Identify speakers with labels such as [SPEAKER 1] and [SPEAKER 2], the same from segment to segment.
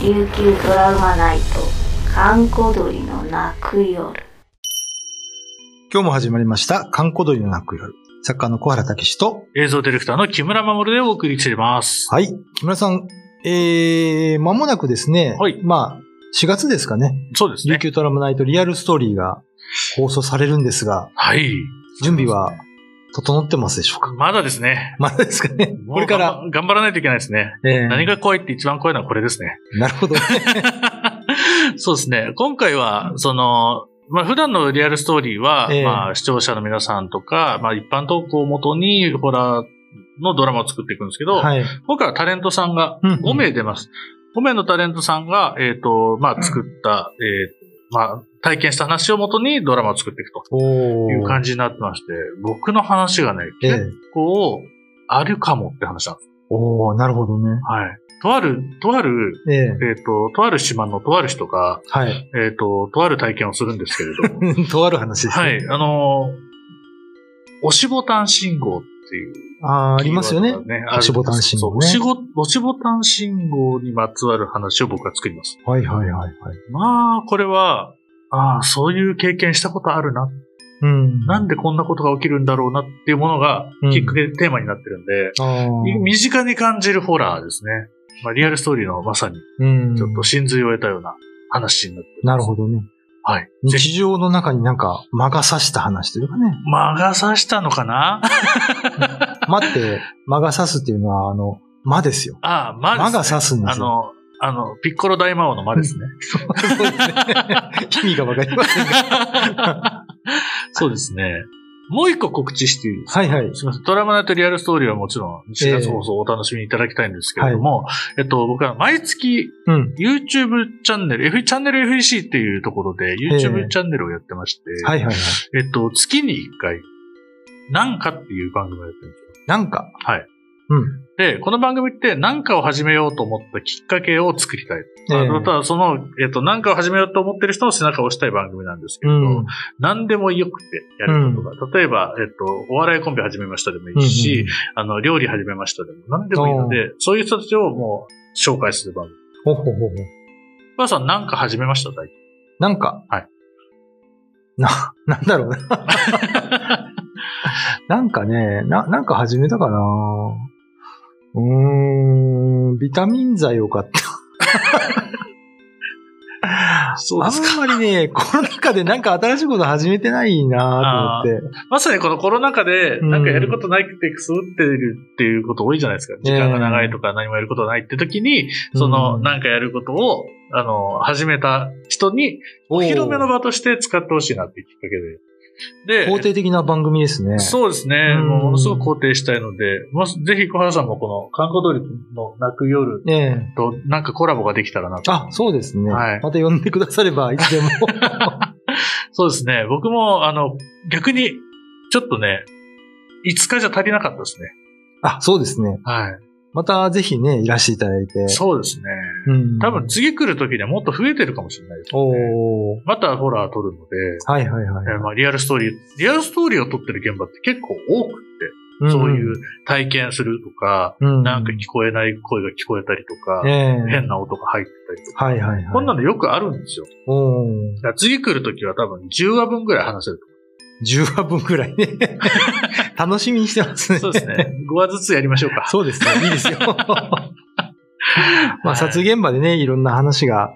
[SPEAKER 1] 琉球ドラマナイト閑古鳥の泣く夜
[SPEAKER 2] 今日も始まりました、観光鳥の泣く夜。作家の小原武史と、
[SPEAKER 3] 映像ディレクターの木村守でお送りしています。
[SPEAKER 2] はい、木村さん、えー、間もなくですね、
[SPEAKER 3] はい
[SPEAKER 2] まあ、4月ですかね、
[SPEAKER 3] そうです
[SPEAKER 2] 琉
[SPEAKER 3] ね。
[SPEAKER 2] 球ドラマナイトリアルストーリーが放送されるんですが、
[SPEAKER 3] はい。
[SPEAKER 2] 準備は整ってますでしょうか
[SPEAKER 3] まだですね。
[SPEAKER 2] まだですかねこれから。
[SPEAKER 3] もう頑張。頑張らないといけないですね。
[SPEAKER 2] えー
[SPEAKER 3] 何が怖いって一番怖いのはこれですね。
[SPEAKER 2] なるほどね。
[SPEAKER 3] そうですね。今回は、その、まあ普段のリアルストーリーは、
[SPEAKER 2] ええ
[SPEAKER 3] まあ視聴者の皆さんとか、まあ一般投稿をもとに、ホラーのドラマを作っていくんですけど、
[SPEAKER 2] はい。
[SPEAKER 3] 今回はタレントさんが
[SPEAKER 2] うんうん
[SPEAKER 3] 5名出ます。5名のタレントさんが、えっ、と、まあ作った、えーまあ体験した話をもとにドラマを作っていくと。
[SPEAKER 2] お
[SPEAKER 3] いう感
[SPEAKER 2] じ。
[SPEAKER 3] じになってまして、僕の話がね、
[SPEAKER 2] え
[SPEAKER 3] 結構あるかもって話なんです。
[SPEAKER 2] ー、おーなるほどね。
[SPEAKER 3] はい。とある、とある、
[SPEAKER 2] ええ
[SPEAKER 3] えっ、と、とある島のとある人が、
[SPEAKER 2] はい。
[SPEAKER 3] えっ、と、とある体験をするんですけれ ども、
[SPEAKER 2] とある話ですね。
[SPEAKER 3] はい、あのー押しボタン信号っていう、
[SPEAKER 2] あーありますよね。
[SPEAKER 3] キーワードが
[SPEAKER 2] 押しボタン信号ね
[SPEAKER 3] あるんですそう押しご押しボタン信号にまつわる話を僕は作ります。
[SPEAKER 2] はいはいはいはい。
[SPEAKER 3] まあ、これは、ああ、そういう経験したことあるな。
[SPEAKER 2] うん。
[SPEAKER 3] なんでこんなことが起きるんだろうなっていうものが
[SPEAKER 2] うん
[SPEAKER 3] きっかけでテーマになってるんで、
[SPEAKER 2] あー
[SPEAKER 3] 身近に感じるホラーですね。まあ、リアルストーリーのまさに、
[SPEAKER 2] うん
[SPEAKER 3] ちょっと真髄を得たような話になって
[SPEAKER 2] なるほどね。
[SPEAKER 3] ど。はい。ぜひ、
[SPEAKER 2] 日常の中になんか魔が差した話というか ね。
[SPEAKER 3] 魔が差したのかな
[SPEAKER 2] 待って、魔が差すっていうのは、あの、魔ですよ。
[SPEAKER 3] ああ、魔です、ね。
[SPEAKER 2] 魔が差すんで
[SPEAKER 3] あ
[SPEAKER 2] すよ。
[SPEAKER 3] の、あの、ピッコロ大魔王の魔ですね。
[SPEAKER 2] そうですね 意味がわかりませんが。
[SPEAKER 3] そうですね。もう一個告知していいですか
[SPEAKER 2] はいはい。
[SPEAKER 3] すみません。ドラマナイトリアルストーリーはもちろん、4月放送をお楽しみいただきたいんですけれども、えっと、僕は毎月
[SPEAKER 2] うん。
[SPEAKER 3] YouTube チャンネル、F、チャンネル FEC っていうところ
[SPEAKER 2] え
[SPEAKER 3] で
[SPEAKER 2] え
[SPEAKER 3] YouTube チャンネルをやってまして、
[SPEAKER 2] はいはいはい。
[SPEAKER 3] えっと、月に1回、なんかっていう番組をやってるんですよ。
[SPEAKER 2] なんか。
[SPEAKER 3] はい。
[SPEAKER 2] うん。
[SPEAKER 3] で、この番組ってなんかを始めようと思ったきっかけを作りたい。
[SPEAKER 2] ええ
[SPEAKER 3] また、その、えっと、なんかを始めようと思ってる人の背中を押したい番組なんですけ
[SPEAKER 2] う
[SPEAKER 3] れど、
[SPEAKER 2] ん。
[SPEAKER 3] 何でもよくてやることが、例えば、えっと、お笑いコンビ始めましたでもいいし、あの、料理始めましたでも何でもいいので、そういう人たちをもう紹介する番組。
[SPEAKER 2] ほほほほ。
[SPEAKER 3] お母さんなんか始めました最近。
[SPEAKER 2] なんか。
[SPEAKER 3] はい。
[SPEAKER 2] な、 なんだろうな。なんかね、な、なんか始めたかな。うーん、ビタミン剤を買った。
[SPEAKER 3] そ
[SPEAKER 2] あんまり ね、コロナ禍でなんか新しいこと始めてないなと思って。
[SPEAKER 3] まさにこのコロナ禍で、なんかやることないってくすぶってるっていうこと多いじゃないですか。時間が長いとか何もやることないって時に、その、
[SPEAKER 2] うん
[SPEAKER 3] なんかやることを、あの、始めた人に、お披露目の場として使ってほしいなってきっかけで。で、
[SPEAKER 2] 肯定的な番組ですね。
[SPEAKER 3] そうですね。
[SPEAKER 2] うん
[SPEAKER 3] もうものすごく肯定したいので、もしぜひ小原さんもこの、観光通りの泣く夜
[SPEAKER 2] ええ
[SPEAKER 3] となんかコラボができたらなと。
[SPEAKER 2] あ、そうですね。
[SPEAKER 3] はい
[SPEAKER 2] また呼んでくだされば、いつで も。
[SPEAKER 3] そうですね。僕も、あの、逆に、ちょっとね、5日じゃ足りなかったですね。
[SPEAKER 2] あ、そうですね。
[SPEAKER 3] はい。
[SPEAKER 2] またぜひね、いらしていただいて。
[SPEAKER 3] そうですね。
[SPEAKER 2] うん。
[SPEAKER 3] 多分次来る時にはもっと増えてるかもしれないです、ね。
[SPEAKER 2] おー。
[SPEAKER 3] またホラー撮るので、
[SPEAKER 2] はいはいはい。
[SPEAKER 3] えーまあ、リアルストーリー、リアルストーリーを撮ってる現場って結構多くて、
[SPEAKER 2] ん
[SPEAKER 3] そういう、体験するとか、
[SPEAKER 2] う
[SPEAKER 3] なんか聞こえない声が聞こえたりとか、
[SPEAKER 2] ええ
[SPEAKER 3] 変な音が入ってたりとか、
[SPEAKER 2] はいはいはい。
[SPEAKER 3] こんなのよくあるんですよ。
[SPEAKER 2] おー。
[SPEAKER 3] だから次来る時は多分10話分ぐらい話せると
[SPEAKER 2] 10話分くらい ね。楽しみにしてます ね。
[SPEAKER 3] 思う。そうですね。5話 ずつやりましょう か。
[SPEAKER 2] そうですね。いいですよ。まあ、殺現場でね、いろんな話が、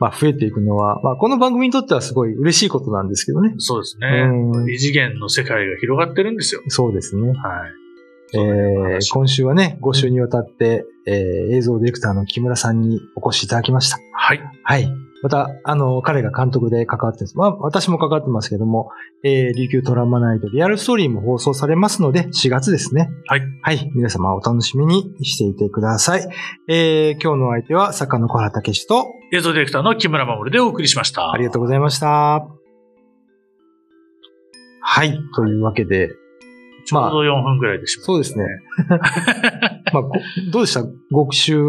[SPEAKER 2] まあ、増えていくのは、まあ、この番組にとってはすごい嬉しいことなんですけどね。
[SPEAKER 3] そうですね。
[SPEAKER 2] うん、
[SPEAKER 3] 異次元の世界が広がってるんですよ。
[SPEAKER 2] そうですね。
[SPEAKER 3] はい。
[SPEAKER 2] え
[SPEAKER 3] そういう
[SPEAKER 2] ー
[SPEAKER 3] 話
[SPEAKER 2] 今週はね、5週にわたって、えー映像ディレクターの木村さんにお越しいただきました。
[SPEAKER 3] はい。
[SPEAKER 2] はい。また、あの、彼が監督で関わってます。まあ、私も関わってますけども、えー、琉球トラウマナイトリアルストーリーも放送されますので、4月ですね。
[SPEAKER 3] はい。
[SPEAKER 2] はい。皆様お楽しみにしていてください。えー、今日のお相手は、作家の小原武史と、
[SPEAKER 3] 映像ディレクターの木村守でお送りしました。
[SPEAKER 2] ありがとうございました。はい。というわけで、
[SPEAKER 3] ちょうど4分ぐらいでしま
[SPEAKER 2] そうですね。まあ、こどうでした ?5 週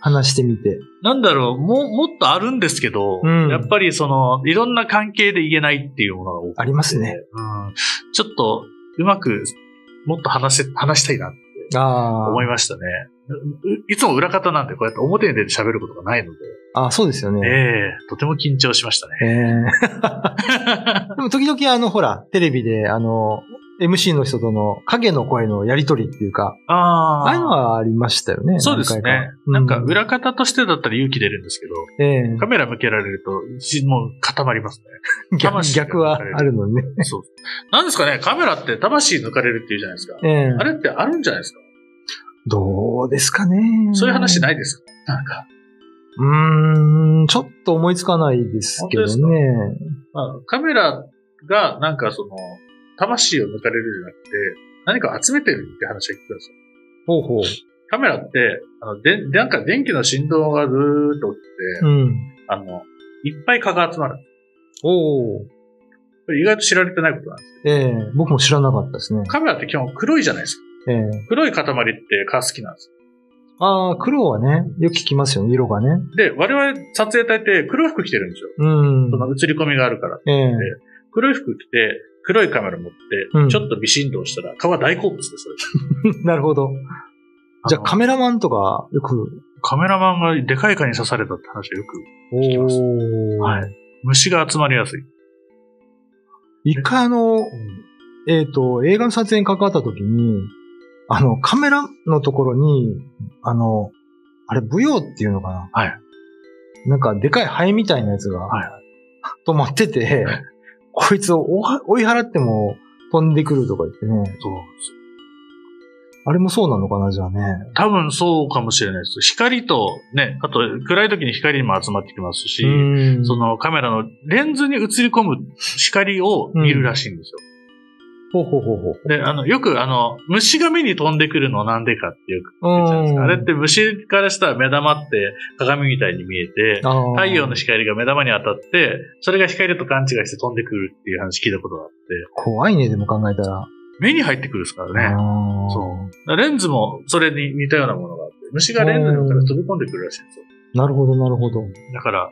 [SPEAKER 2] 話してみて。
[SPEAKER 3] なんだろう、も、もっとあるんですけど、
[SPEAKER 2] うん
[SPEAKER 3] やっぱりその、いろんな関係で言えないっていうものが多くて
[SPEAKER 2] ありますね。
[SPEAKER 3] うん、ちょっと、うまく、もっと話せ、話したいなって
[SPEAKER 2] ああ。
[SPEAKER 3] 思いましたね。いつも裏方なんで、こうやって表に出て喋ることがないので、
[SPEAKER 2] あ、そうですよ
[SPEAKER 3] え
[SPEAKER 2] ね。
[SPEAKER 3] えとても緊張しましたね。
[SPEAKER 2] え ーでも時々あの、ほら、テレビで、あの、MC の人との影の声のやりとりっていうか、
[SPEAKER 3] あ
[SPEAKER 2] ああいうのはありましたよね。
[SPEAKER 3] そうです
[SPEAKER 2] 何回
[SPEAKER 3] ね
[SPEAKER 2] か。
[SPEAKER 3] なんか、裏方としてだったら勇気出るんですけど、
[SPEAKER 2] ええ
[SPEAKER 3] カメラ向けられると、しもう固ま ります
[SPEAKER 2] 逆
[SPEAKER 3] 魂が抜かれる
[SPEAKER 2] 逆はあるのにね。
[SPEAKER 3] ね。そう。なんですかね、カメラって魂抜かれるっていうじゃないですか。
[SPEAKER 2] ええ
[SPEAKER 3] あれってあるんじゃないですか
[SPEAKER 2] どうですかね。
[SPEAKER 3] そういう話
[SPEAKER 2] い
[SPEAKER 3] ないですかなんか、
[SPEAKER 2] うーん、ちょっと思いつかないですけど
[SPEAKER 3] 本
[SPEAKER 2] ね。
[SPEAKER 3] まあ、カメラが、なんかその、魂を抜かれるんじゃなくて、何か集めてるって話が聞くんですよ。
[SPEAKER 2] ほうほう。
[SPEAKER 3] カメラって、あの、で、なんか電気の振動がずーっと起きて、
[SPEAKER 2] うん。
[SPEAKER 3] あの、いっぱい蚊が集まる。
[SPEAKER 2] おお。
[SPEAKER 3] これ意外と知られてないことなんですけ
[SPEAKER 2] ええ僕も知らなかったですね
[SPEAKER 3] ど、。カメラって基本黒いじゃないですか。
[SPEAKER 2] ええ
[SPEAKER 3] 黒い塊って蚊好きなんですよ。
[SPEAKER 2] ああ、黒はね、よく聞きますよね、色がね。
[SPEAKER 3] で、我々撮影隊って黒い服着てるんですよ。
[SPEAKER 2] うん
[SPEAKER 3] そ。の映り込みがあるから。
[SPEAKER 2] ええ
[SPEAKER 3] 黒い服着て、黒いカメラ持って
[SPEAKER 2] うん、
[SPEAKER 3] ちょっと微振動したら、蚊は大好物です、それ。
[SPEAKER 2] なるほど。じゃあカ
[SPEAKER 3] メ
[SPEAKER 2] メラマンとかよく。
[SPEAKER 3] カメラマンがでかい蚊に刺されたって話はよく。
[SPEAKER 2] お
[SPEAKER 3] きます
[SPEAKER 2] お。
[SPEAKER 3] はい。虫が集まりやすい。
[SPEAKER 2] 一回あの、えっ、と、映画の撮影に関わった時に、あの、カメラのところに、あの、あれ、舞踊っていうのかな
[SPEAKER 3] はい。
[SPEAKER 2] なんか、でかいハエみたいなやつが、
[SPEAKER 3] はい
[SPEAKER 2] 止まってて、こいつを追は追い払っても飛んでくるとか言ってね。
[SPEAKER 3] そうなんですよ
[SPEAKER 2] あれもそうなのかな、じゃあね。
[SPEAKER 3] 多分そうかもしれないです。光と、ね、あと暗い時に光にも集まってきますし、
[SPEAKER 2] うん
[SPEAKER 3] そのカメラのレンズに映り込む光を見るらしいんですよ。
[SPEAKER 2] ほうほうほうほう。
[SPEAKER 3] で、あの、よくあの、虫が目に飛んでくるのはなんでかってよく言うじゃないです
[SPEAKER 2] う
[SPEAKER 3] か。
[SPEAKER 2] ん
[SPEAKER 3] あれって虫からしたら目玉って鏡みたいに見えて、太
[SPEAKER 2] 太
[SPEAKER 3] 陽の光が目玉に当たって、それが光と勘違いして飛んでくるっていう話聞いたことがあって、
[SPEAKER 2] 怖いね、でも考えたら。
[SPEAKER 3] 目に入ってくるですからね。
[SPEAKER 2] あー
[SPEAKER 3] そレンズもそれに似たようなものがあって、虫がレンズの中で飛び込んでくるらしいんですよ。
[SPEAKER 2] なるほど、なるほど。
[SPEAKER 3] だから、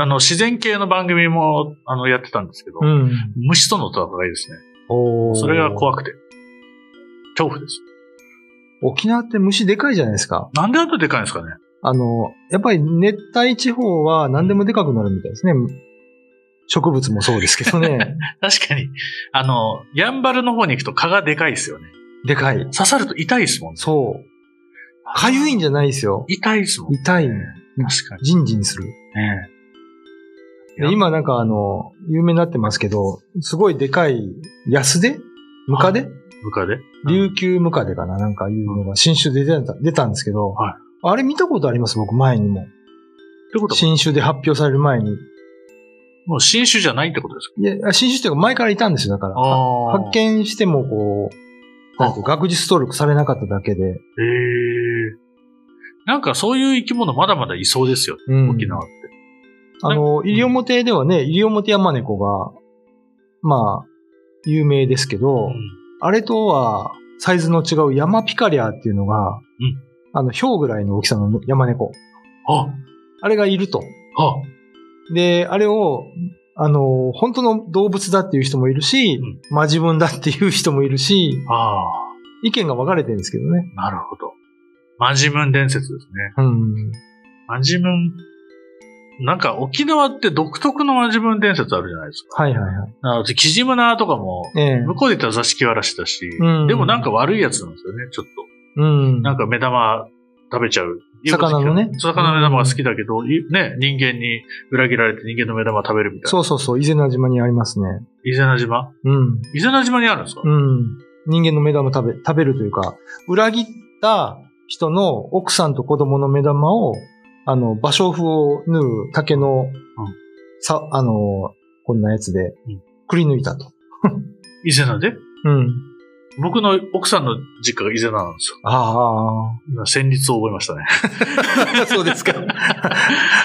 [SPEAKER 3] あの、自然系の番組も、あの、やってたんですけど、
[SPEAKER 2] うん。
[SPEAKER 3] 虫との戦いですね。
[SPEAKER 2] おー
[SPEAKER 3] それが怖くて。恐怖です。
[SPEAKER 2] 沖縄って虫でかいじゃないですか。
[SPEAKER 3] なんであんなでかいんですかね
[SPEAKER 2] あの、やっぱり熱帯地方は何でもでかくなるみたいですね。植物もそうですけど ね。
[SPEAKER 3] 確かに、あの、やんばるの方に行くと蚊がでかいですよね。
[SPEAKER 2] でかい。
[SPEAKER 3] 刺さると痛いですもんね。
[SPEAKER 2] そう。かゆいんじゃないですよ。
[SPEAKER 3] 痛いですもんね。
[SPEAKER 2] 痛い。
[SPEAKER 3] 確かに
[SPEAKER 2] ジンジンする。
[SPEAKER 3] ね。いや
[SPEAKER 2] で今なんかあの、有名になってますけど、すごいでかい安でムカデ
[SPEAKER 3] ムカデ
[SPEAKER 2] 琉球ムカデかななんかいうのが新種で出た出たんですけど、
[SPEAKER 3] はい
[SPEAKER 2] あれ見たことあります僕前にも。
[SPEAKER 3] ってことは
[SPEAKER 2] 新種で発表される前に。
[SPEAKER 3] もう新種じゃないってことですか
[SPEAKER 2] いや、新種っていうか前からいたんですよ、だから。
[SPEAKER 3] あ
[SPEAKER 2] 発見してもこう、なんていうか学術登録されなかっただけで。
[SPEAKER 3] へえ。なんかそういう生き物まだまだいそうですよ、
[SPEAKER 2] うん
[SPEAKER 3] 沖縄って。
[SPEAKER 2] あの、西表ではね、西表山猫が、まあ、有名ですけど、あれとはサイズの違う山ピカリアっていうのが、
[SPEAKER 3] ん
[SPEAKER 2] あの、氷ぐらいの大きさの山猫。
[SPEAKER 3] あ、
[SPEAKER 2] あれがいると。
[SPEAKER 3] あ、
[SPEAKER 2] で、あれを、あの、本当の動物だっていう人もいるし、
[SPEAKER 3] うん
[SPEAKER 2] まあ自分だっていう人もいるし、
[SPEAKER 3] ああ、
[SPEAKER 2] 意見が分かれてるんですけどね。
[SPEAKER 3] なるほど。マジムン伝説ですね。
[SPEAKER 2] うん。
[SPEAKER 3] マジムン。なんか沖縄って独特のマジムン伝説あるじゃないですか。
[SPEAKER 2] はいはいはい。
[SPEAKER 3] あのうちキジムナーとかも、
[SPEAKER 2] ええ
[SPEAKER 3] 向こうで言ったら座敷わらしだし、
[SPEAKER 2] うん
[SPEAKER 3] でもなんか悪いやつなんですよね、ちょっと。
[SPEAKER 2] うん。
[SPEAKER 3] なんか目玉食べちゃう。
[SPEAKER 2] 魚のね
[SPEAKER 3] 魚の目玉が好きだけど、いね、人間に裏切られて人間の目玉食べるみたいな。
[SPEAKER 2] そうそうそう、伊勢名島にありますね。
[SPEAKER 3] 伊勢名島
[SPEAKER 2] うん。
[SPEAKER 3] 伊勢名島にあるんですか、
[SPEAKER 2] うん。人間の目玉食べ、食べるというか、裏切った人の奥さんと子供の目玉を、あの、芭蕉布を縫う竹の、さ、あの、こんなやつで
[SPEAKER 3] ん、
[SPEAKER 2] くり抜いたと。
[SPEAKER 3] 伊勢名で
[SPEAKER 2] うん。
[SPEAKER 3] 僕の奥さんの実家が伊勢名なんですよ。
[SPEAKER 2] あ
[SPEAKER 3] 今、旋律を覚えましたね。
[SPEAKER 2] あ。そうですか。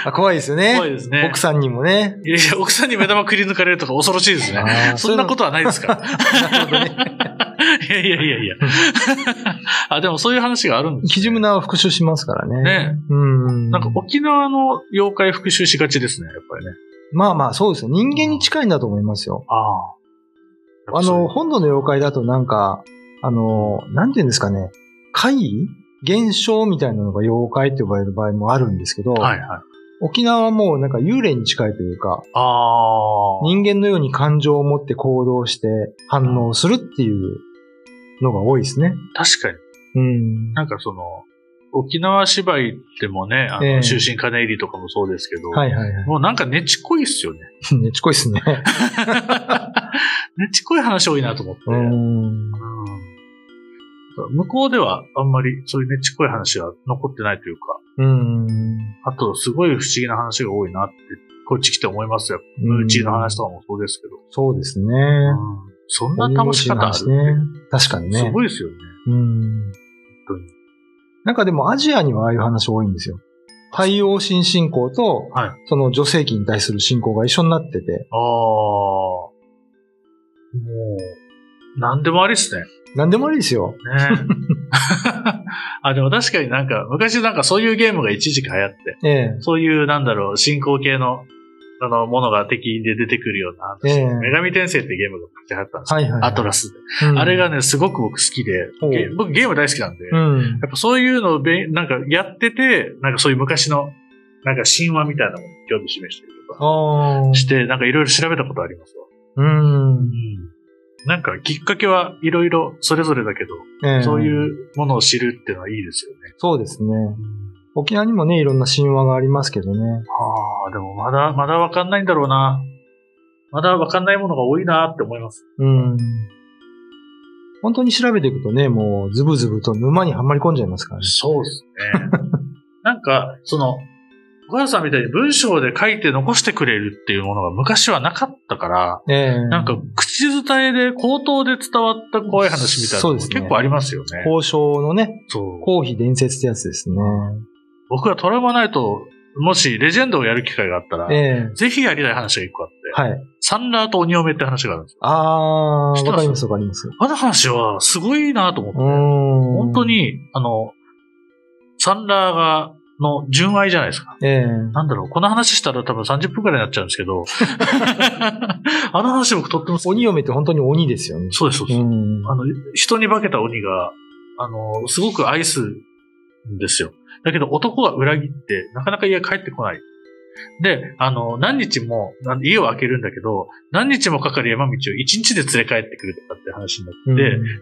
[SPEAKER 2] あ怖いですよね。
[SPEAKER 3] 怖いですね。
[SPEAKER 2] 奥さんにもね。
[SPEAKER 3] いやいや、奥さんに目玉くり抜かれるとか恐ろしいです ね。
[SPEAKER 2] あー。
[SPEAKER 3] そんなこととはないですから。
[SPEAKER 2] なるほどね。
[SPEAKER 3] いやいやいやいや。あ、でもそういう話があるんです
[SPEAKER 2] キジムナーは復讐しますからね。
[SPEAKER 3] ね。
[SPEAKER 2] うん。
[SPEAKER 3] なんか沖縄の妖怪復讐しがちですね、やっぱりね。
[SPEAKER 2] まあまあ、そうですね。人間に近いんだと思いますよ。
[SPEAKER 3] ああ。
[SPEAKER 2] あの、本土の妖怪だとなんか、あの、なんていうんですかね、怪異現象みたいなのが妖怪って呼ばれる場合もあるんですけど、
[SPEAKER 3] はいはい。
[SPEAKER 2] 沖縄はもうなんか幽霊に近いというか、
[SPEAKER 3] ああ。
[SPEAKER 2] 人間のように感情を持って行動して反応するっていうのが多いですね。
[SPEAKER 3] 確か
[SPEAKER 2] う
[SPEAKER 3] に。
[SPEAKER 2] ん。
[SPEAKER 3] なんかその、沖縄芝居でもね、あ
[SPEAKER 2] ええ
[SPEAKER 3] の、終身金入りとかもそうですけど、
[SPEAKER 2] はいはいはい。
[SPEAKER 3] もうなんかねちっこいっすよね。
[SPEAKER 2] ねちこいっす ね。
[SPEAKER 3] ねちっこい話多いなと思って。
[SPEAKER 2] うん。
[SPEAKER 3] うん向こうではあんまりそういうねちっこい話は残ってないというか、
[SPEAKER 2] うん。
[SPEAKER 3] あとすごい不思議な話が多いなって、こっち来て思いますよ。うちの話とかもそうですけど。
[SPEAKER 2] そうですね。
[SPEAKER 3] うんそんな楽しかったあるって、
[SPEAKER 2] 鬼の話ね。確かにね。
[SPEAKER 3] すごいですよね。
[SPEAKER 2] うん。
[SPEAKER 3] 当に
[SPEAKER 2] なんかでもアジアにはああいう話多いんですよ。太陽神信仰と、
[SPEAKER 3] はい
[SPEAKER 2] その女性器に対する信仰が一緒になってて、
[SPEAKER 3] ああ。もう、なんでもありっすね。
[SPEAKER 2] なんでもありですよ。
[SPEAKER 3] ね あ、でも確かになんか、昔なんかそういうゲームが一時期流行って、
[SPEAKER 2] ええ。
[SPEAKER 3] そういうなんだろう、進行系の、あの、ものが敵で出てくるような話、
[SPEAKER 2] ええ
[SPEAKER 3] 女神転生ってゲームが書き流行ったんですよ。
[SPEAKER 2] はいはい、はい。
[SPEAKER 3] アトラスで、
[SPEAKER 2] うん
[SPEAKER 3] あれがね、すごく僕好きで
[SPEAKER 2] ほう、
[SPEAKER 3] ゲ僕ゲーム大好きなんで、
[SPEAKER 2] うん。
[SPEAKER 3] やっぱそういうのをべんなんかやってて、なんかそういう昔の、なんか神話みたいなものに興味示したりとか
[SPEAKER 2] ああ。
[SPEAKER 3] して、なんかいろいろ調べたことありますわ。
[SPEAKER 2] うん。
[SPEAKER 3] なんかきっかけはいろいろそれぞれだけど、
[SPEAKER 2] ええ
[SPEAKER 3] そういうものを知るっていうのはいいですよね。
[SPEAKER 2] そうですね。沖縄にもね、いろんな神話がありますけどね。
[SPEAKER 3] ああ、でもまだ、まだわかんないんだろうな。まだわかんないものが多いなって思います。
[SPEAKER 2] うん。本当に調べていくとね、もうズブズブと沼にはまり込んじゃいますからね。
[SPEAKER 3] そうですね。 なんか、その、小原さんみたいに文章で書いて残してくれるっていうものが昔はなかったから、
[SPEAKER 2] ええ
[SPEAKER 3] なんか、口伝えで、口頭で伝わった怖い話みたいな
[SPEAKER 2] そう
[SPEAKER 3] の
[SPEAKER 2] で
[SPEAKER 3] も
[SPEAKER 2] すね
[SPEAKER 3] 結構ありますよね。
[SPEAKER 2] 交渉のね、
[SPEAKER 3] そう
[SPEAKER 2] 公費伝説ってやつですね。
[SPEAKER 3] 僕はトラウマナイト、もしレジェンドをやる機会があったら、
[SPEAKER 2] ええ
[SPEAKER 3] ぜひやりたい話が一個あって、
[SPEAKER 2] はい。
[SPEAKER 3] サンラーと鬼嫁って話があるんですよ。
[SPEAKER 2] あ
[SPEAKER 3] 知っ
[SPEAKER 2] ー、
[SPEAKER 3] てます
[SPEAKER 2] わかりますわかります。う
[SPEAKER 3] あの話はすごいなと思って
[SPEAKER 2] ー、ん。
[SPEAKER 3] 本当。に、あの、サンラーが、の純愛じゃないですか。
[SPEAKER 2] ええ
[SPEAKER 3] なんだろう、この話したら多分30分くらいになっちゃうんですけど、 あの話僕とっても好き
[SPEAKER 2] 鬼嫁って本当に鬼ですよね。
[SPEAKER 3] そうです、そうです。
[SPEAKER 2] うん。
[SPEAKER 3] あの、人に化けた鬼が、あの、すごく愛すんですよ。だけど男が裏切って、なかなか家帰ってこない。で、あの、何日も、あの家を開けるんだけど、何日もかかる山道を1日で連れ帰ってくるとかって話にな
[SPEAKER 2] うん
[SPEAKER 3] っ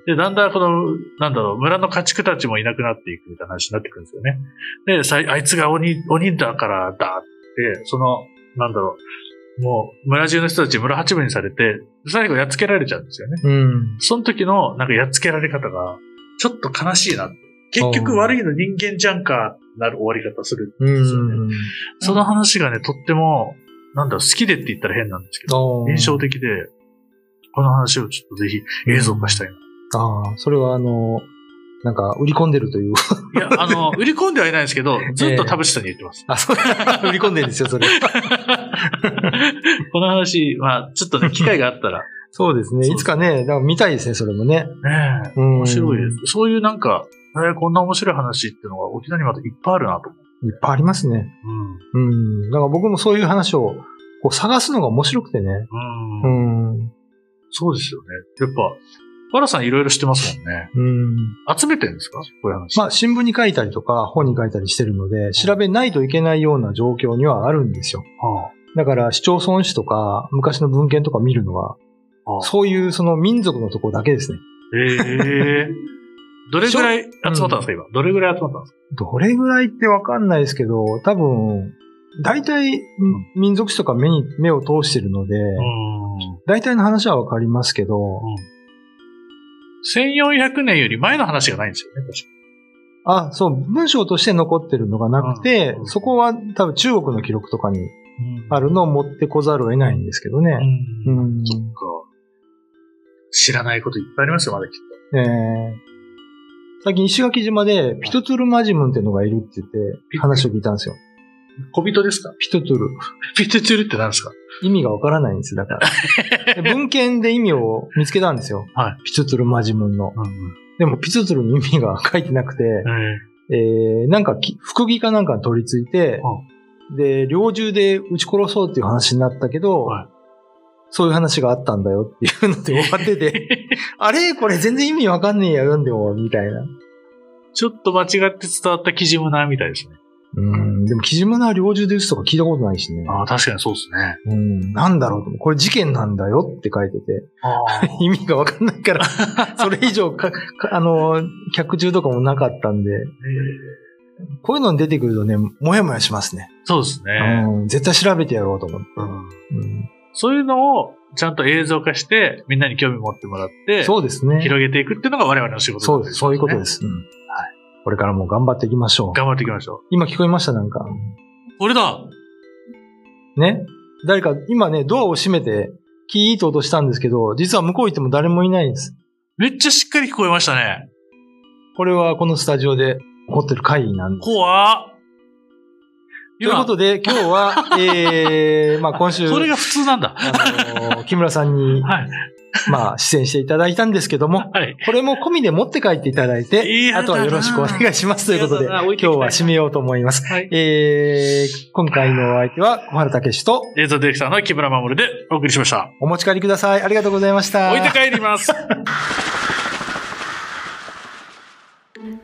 [SPEAKER 3] て、で、だんだんこの、なんだろう、村の家畜たちもいなくなっていくみたいな話になってくるんですよね。で、さいあいつが鬼、鬼だからだって、その、なんだろう、もう村中の人たち村八分にされて、最後やっつけられちゃうんですよね。
[SPEAKER 2] うん。
[SPEAKER 3] その時のなんかやっつけられ方が、ちょっと悲しいなって。結局悪いの人間じゃんか、なる終わり方するん
[SPEAKER 2] う
[SPEAKER 3] ですよね。
[SPEAKER 2] ん。
[SPEAKER 3] その話がね、とっても、なんだろう、好きでって言ったら変なんですけど、
[SPEAKER 2] あー
[SPEAKER 3] 印象的で、この話をちょっとぜひ映像化したいな。
[SPEAKER 2] ああ、それはあの、なんか、売り込んでると いう。
[SPEAKER 3] いや、あの、売り込んではいないんですけ ど、ずっと田淵さんに言ってます。
[SPEAKER 2] あ、そう、 売り込んでるんですよ、それ。
[SPEAKER 3] この話、まあ、ちょっとね、機会があったら、
[SPEAKER 2] そうですね。
[SPEAKER 3] そう
[SPEAKER 2] いつかね、だから見たいですね、それもね。
[SPEAKER 3] ねえ、
[SPEAKER 2] 面
[SPEAKER 3] 面白いです。。そういうなんか、えーこんな面白い話っていうのが沖縄にまたいっぱいあるなと思う。
[SPEAKER 2] いっぱいありますね。うん。だから僕もそういう話を、こう、探すのが面白くてね。
[SPEAKER 3] うん。
[SPEAKER 2] う
[SPEAKER 3] うん。
[SPEAKER 2] ん。う
[SPEAKER 3] そうですよね。やっぱ、バラさんいろいろしてますもんね。
[SPEAKER 2] ん。
[SPEAKER 3] 集めてるんですかこういう話。
[SPEAKER 2] まあ、新聞に書いたりとか、本に書いたりしてるので、調べないといけないような状況にはあるんですよ。
[SPEAKER 3] は
[SPEAKER 2] だから、市町村史とか、昔の文献とか見るのは、
[SPEAKER 3] あはあ
[SPEAKER 2] そういうその民族のとこだけですね。
[SPEAKER 3] ええどれぐらい集まったんですか、今。どれぐらい集まったんですか
[SPEAKER 2] どれぐらいってわかんないですけど、多分、大体、民族史とか目に、目を通してるので、
[SPEAKER 3] うん。
[SPEAKER 2] 大体の話はわかりますけど、
[SPEAKER 3] 1400年より前の話がないんですよね、確か
[SPEAKER 2] あ、そう、文章として残ってるのがなくて
[SPEAKER 3] う、ん
[SPEAKER 2] そこは多分中国の記録とかにあるのを持ってこざるを得ないんですけど
[SPEAKER 3] う
[SPEAKER 2] ね。
[SPEAKER 3] ん。
[SPEAKER 2] うん
[SPEAKER 3] そっか。知らないこといっぱいありますよ、まだきっと。
[SPEAKER 2] えー最近石垣島でピトトゥルマジムンっていうのがいるって言って話を聞いたんですよ。
[SPEAKER 3] 小人ですか
[SPEAKER 2] ピトトゥル。
[SPEAKER 3] ピテチュルって何ですか
[SPEAKER 2] 意味がわからないんです、だ から。で文献で意味を見つけたんですよ。
[SPEAKER 3] はい
[SPEAKER 2] ピトトゥルマジムンの。
[SPEAKER 3] うん。
[SPEAKER 2] でもピトトゥルの意味が書いてなくて、
[SPEAKER 3] え
[SPEAKER 2] えーなんかき服着かなんかに取り付いて、で、猟銃で撃ち殺そうっていう話になったけど、
[SPEAKER 3] はい
[SPEAKER 2] そういう話があったんだよって いうので終わってて、あれこれ全然意味わかんねえや、読んでも、みたいな。
[SPEAKER 3] ちょっと間違って伝わったキジムナーみたいですね。
[SPEAKER 2] うん。でも、キジムナー猟銃で撃つとか聞いたことないしね。
[SPEAKER 3] ああ、確かにそうです
[SPEAKER 2] う
[SPEAKER 3] ね。
[SPEAKER 2] ん。なんだろうと思う。これ事件なんだよって書いて て。意味がわかんないから、それ以上か、かあの、客中とかもなかったんで、こういうのに出てくるとね、もやもやしますね。
[SPEAKER 3] そうですね。
[SPEAKER 2] うん、絶対調べてやろうと思って。
[SPEAKER 3] うん
[SPEAKER 2] うん
[SPEAKER 3] そういうのをちゃんと映像化して、みんなに興味持ってもらって、
[SPEAKER 2] そうですね。
[SPEAKER 3] 広げていくっていうのが我々の仕事。
[SPEAKER 2] そうです。そういうことですす。うんこれからも頑張っていきましょう。
[SPEAKER 3] 頑張っていきましょ
[SPEAKER 2] 今聞こえましたなんか。
[SPEAKER 3] う。俺だ
[SPEAKER 2] ね誰か、今ね、ドアを閉めて、キーッと音したんですけど、実は向こう行っても誰もいないんです。
[SPEAKER 3] めっちゃしっかり聞こえましたね。
[SPEAKER 2] これはこのスタジオで起こってる会議なんです。
[SPEAKER 3] 怖っ
[SPEAKER 2] ということで、今日は、 えー、まあ今週、
[SPEAKER 3] それが普通なんだ。
[SPEAKER 2] あの、木村さんに、
[SPEAKER 3] はい。
[SPEAKER 2] まあ、出演していただいたんですけども、
[SPEAKER 3] はい。
[SPEAKER 2] これも込みで持って帰っていただい
[SPEAKER 3] い
[SPEAKER 2] て、
[SPEAKER 3] やだな
[SPEAKER 2] あとはよろしくお願いしますということで、
[SPEAKER 3] いやだ
[SPEAKER 2] 今
[SPEAKER 3] な置いて
[SPEAKER 2] 日
[SPEAKER 3] きたいな
[SPEAKER 2] は締めようと思います。
[SPEAKER 3] はい。
[SPEAKER 2] えー、今回のお相手は小原武史と
[SPEAKER 3] 映像ディレクターの木村守でお送りしました。
[SPEAKER 2] お持ち帰りください。ありがとうございました。
[SPEAKER 3] 置いて帰ります。